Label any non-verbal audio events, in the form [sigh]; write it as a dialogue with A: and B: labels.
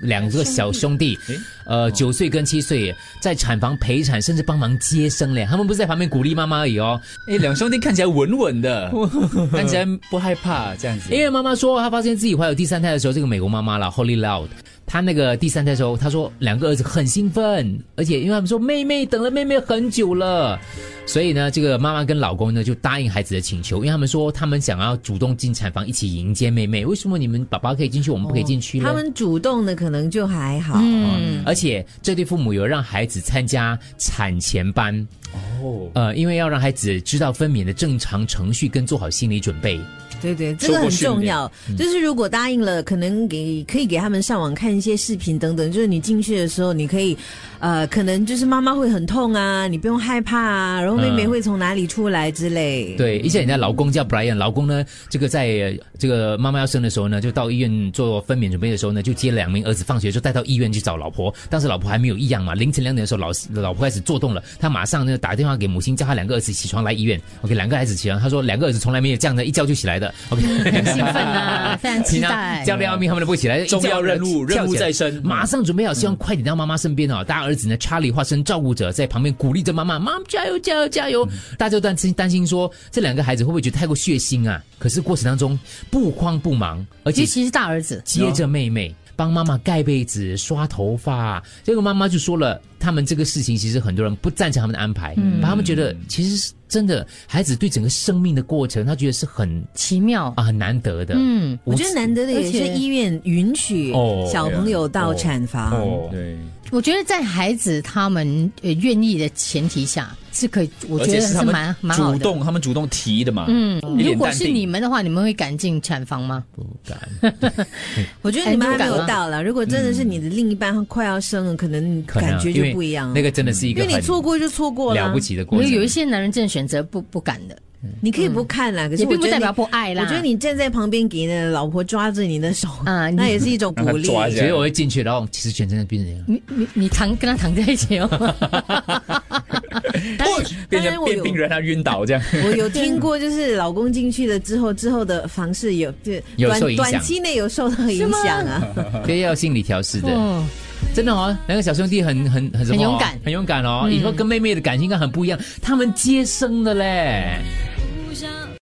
A: 两个小兄弟，
B: 哦
A: 呃，九岁跟七岁，在产房陪产，甚至帮忙接生嘞。他们不是在旁边鼓励妈妈而已哦，
B: 哎，两兄弟看起来稳稳的，
A: [laughs]
B: 看起来不害怕这样子。
A: 因为妈妈说她发现自己怀有第三胎的时候，这个美国妈妈啦 Holy Loud，她那个第三胎的时候，她说两个儿子很兴奋，而且因为他们说妹妹等了妹妹很久了，所以呢，这个妈妈跟老公呢就答应孩子的请求，因为他们说他们想要主动进产房一起迎接妹妹。为什么你们爸爸可以进去，我们不可以进去呢？
B: 哦
C: 他们主动的可能就还好。
A: 嗯，而且这对父母有让孩子参加产前班，
B: 哦，
A: 呃，因为要让孩子知道分娩的正常程序跟做好心理准备。
C: 对对，这个很重要。
A: 嗯
C: 就是如果答应了，可能给可以给他们上网看一些视频等等。就是你进去的时候，你可以，呃，可能就是妈妈会很痛啊，你不用害怕啊，然后妹妹
A: 嗯
C: 会从哪里出来之
A: [laughs]
C: 类。
A: 对，而且人家老公叫 Brian，老公呢，这个在呃这个妈妈要生的时候呢，就到医院做分娩准备的时候呢，就接两名儿子放学就带到医院去找老婆。当时老婆还没有异样嘛，凌晨两点的时候，老老婆开始做动了，她马上呢打电话给母亲，叫她两个儿子起床来医院。OK，两个孩子起床，她说两个儿子从来没有这样的，一叫就起来的。OK，
C: 嗯
A: [laughs]
D: 很兴奋啊，非常期
A: 平
D: 待
A: 常。叫的要命，他们都不起来。
B: 重要任务
A: 一叫跳
B: 任务
A: 起来
B: 在
D: 嗯
B: 身
A: 马上准备好，希望快点到妈妈身边哦。大儿子呢，查理化身照顾者，在旁边鼓励着妈妈：“妈，加油，加油，加油！”
D: 嗯
A: 大家都担心担心说，这两个孩子会不会觉得太过血腥啊？可是过程当中不慌不忙，而且
D: 尤其是大儿子，
A: 接着妹妹帮妈妈盖被子、刷头发。这个妈妈就说了，他们这个事情其实很多人不赞成他们的安排，
D: 嗯
A: 把他们觉得其实是真的孩子对整个生命的过程，他觉得是很
D: 奇妙。
A: 啊很难得的。
D: 嗯，
C: 我觉得难得的也
D: 而
C: 是
D: 且
C: 医院允许
A: 哦
C: 小朋友到产
A: 嗯
C: 房。
D: 哦
B: 哦对，
D: 我觉得在孩子他们呃愿意的前提下，是可以，我
B: 而
D: 觉
B: 且
D: 得
B: 是他
D: 是
B: 们
D: 蛮蛮好
B: 主
D: 的。
B: 动，他们主动提的嘛。
D: 嗯，
B: 一
D: 如
B: 脸
D: 果
B: 淡
D: 是
B: 定
D: 你们的话，你们会敢进产房吗？
A: 不敢。
C: 我觉得你们还没
D: 哎
C: 有
D: 勇敢啊
C: 到了。如果真的是你的另一半快要生了，可能
A: 可能啊
C: 感觉
A: 因为
C: 就不一样了。嗯
A: 那个真的是一
C: 因
A: 个
C: 为你
A: 很
C: 错过就错过
A: 了
C: 了
A: 不，起的过
D: 因
A: 程。
D: 为有一些男人真的选择不不敢的，
C: 你可以不看啦，可是
D: 嗯也
C: 我
D: 并不
C: 觉得
D: 代
C: 你
D: 表不爱啦。
C: 我觉得你站在旁边给你的老婆抓着你的手，
D: 啊你
C: [laughs] 那也是一种鼓励。
B: [laughs] 让她抓一下
A: 其实我会进去，然后其实全身的病人。
D: 你你你躺跟他躺在一起哦，
B: 变
C: 当然
B: 成
C: 我有
B: [laughs] 变病人，他晕倒这样。
C: 我有听过，就是老公进去了之后，之后的房事有就
A: 有受
C: 短
A: 影响
C: 短期内有受到影响啊。
A: 对，要心理调试的，
D: 嗯，
A: 真的哦。两个小兄弟很很很什么哦
D: 很勇敢
A: 很勇敢哦。以后跟妹妹的感情应该很不一样。他们接生的嘞，